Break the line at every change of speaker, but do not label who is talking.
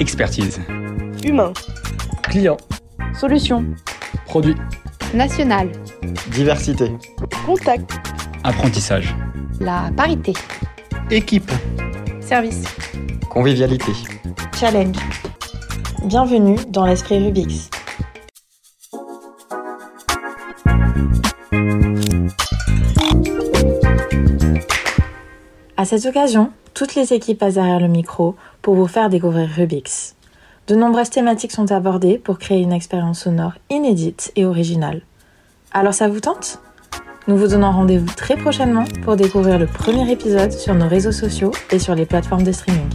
Expertise.
Humain.
Client.
Solution.
Produit.
National.
Diversité.
Contact.
Apprentissage.
La parité.
Équipe.
Service.
Convivialité.
Challenge. Bienvenue dans l'esprit Rubix. À cette occasion, toutes les équipes passent derrière le micro pour vous faire découvrir Rubix. De nombreuses thématiques sont abordées pour créer une expérience sonore inédite et originale. Alors ça vous tente Nous vous donnons rendez-vous très prochainement pour découvrir le premier épisode sur nos réseaux sociaux et sur les plateformes de streaming.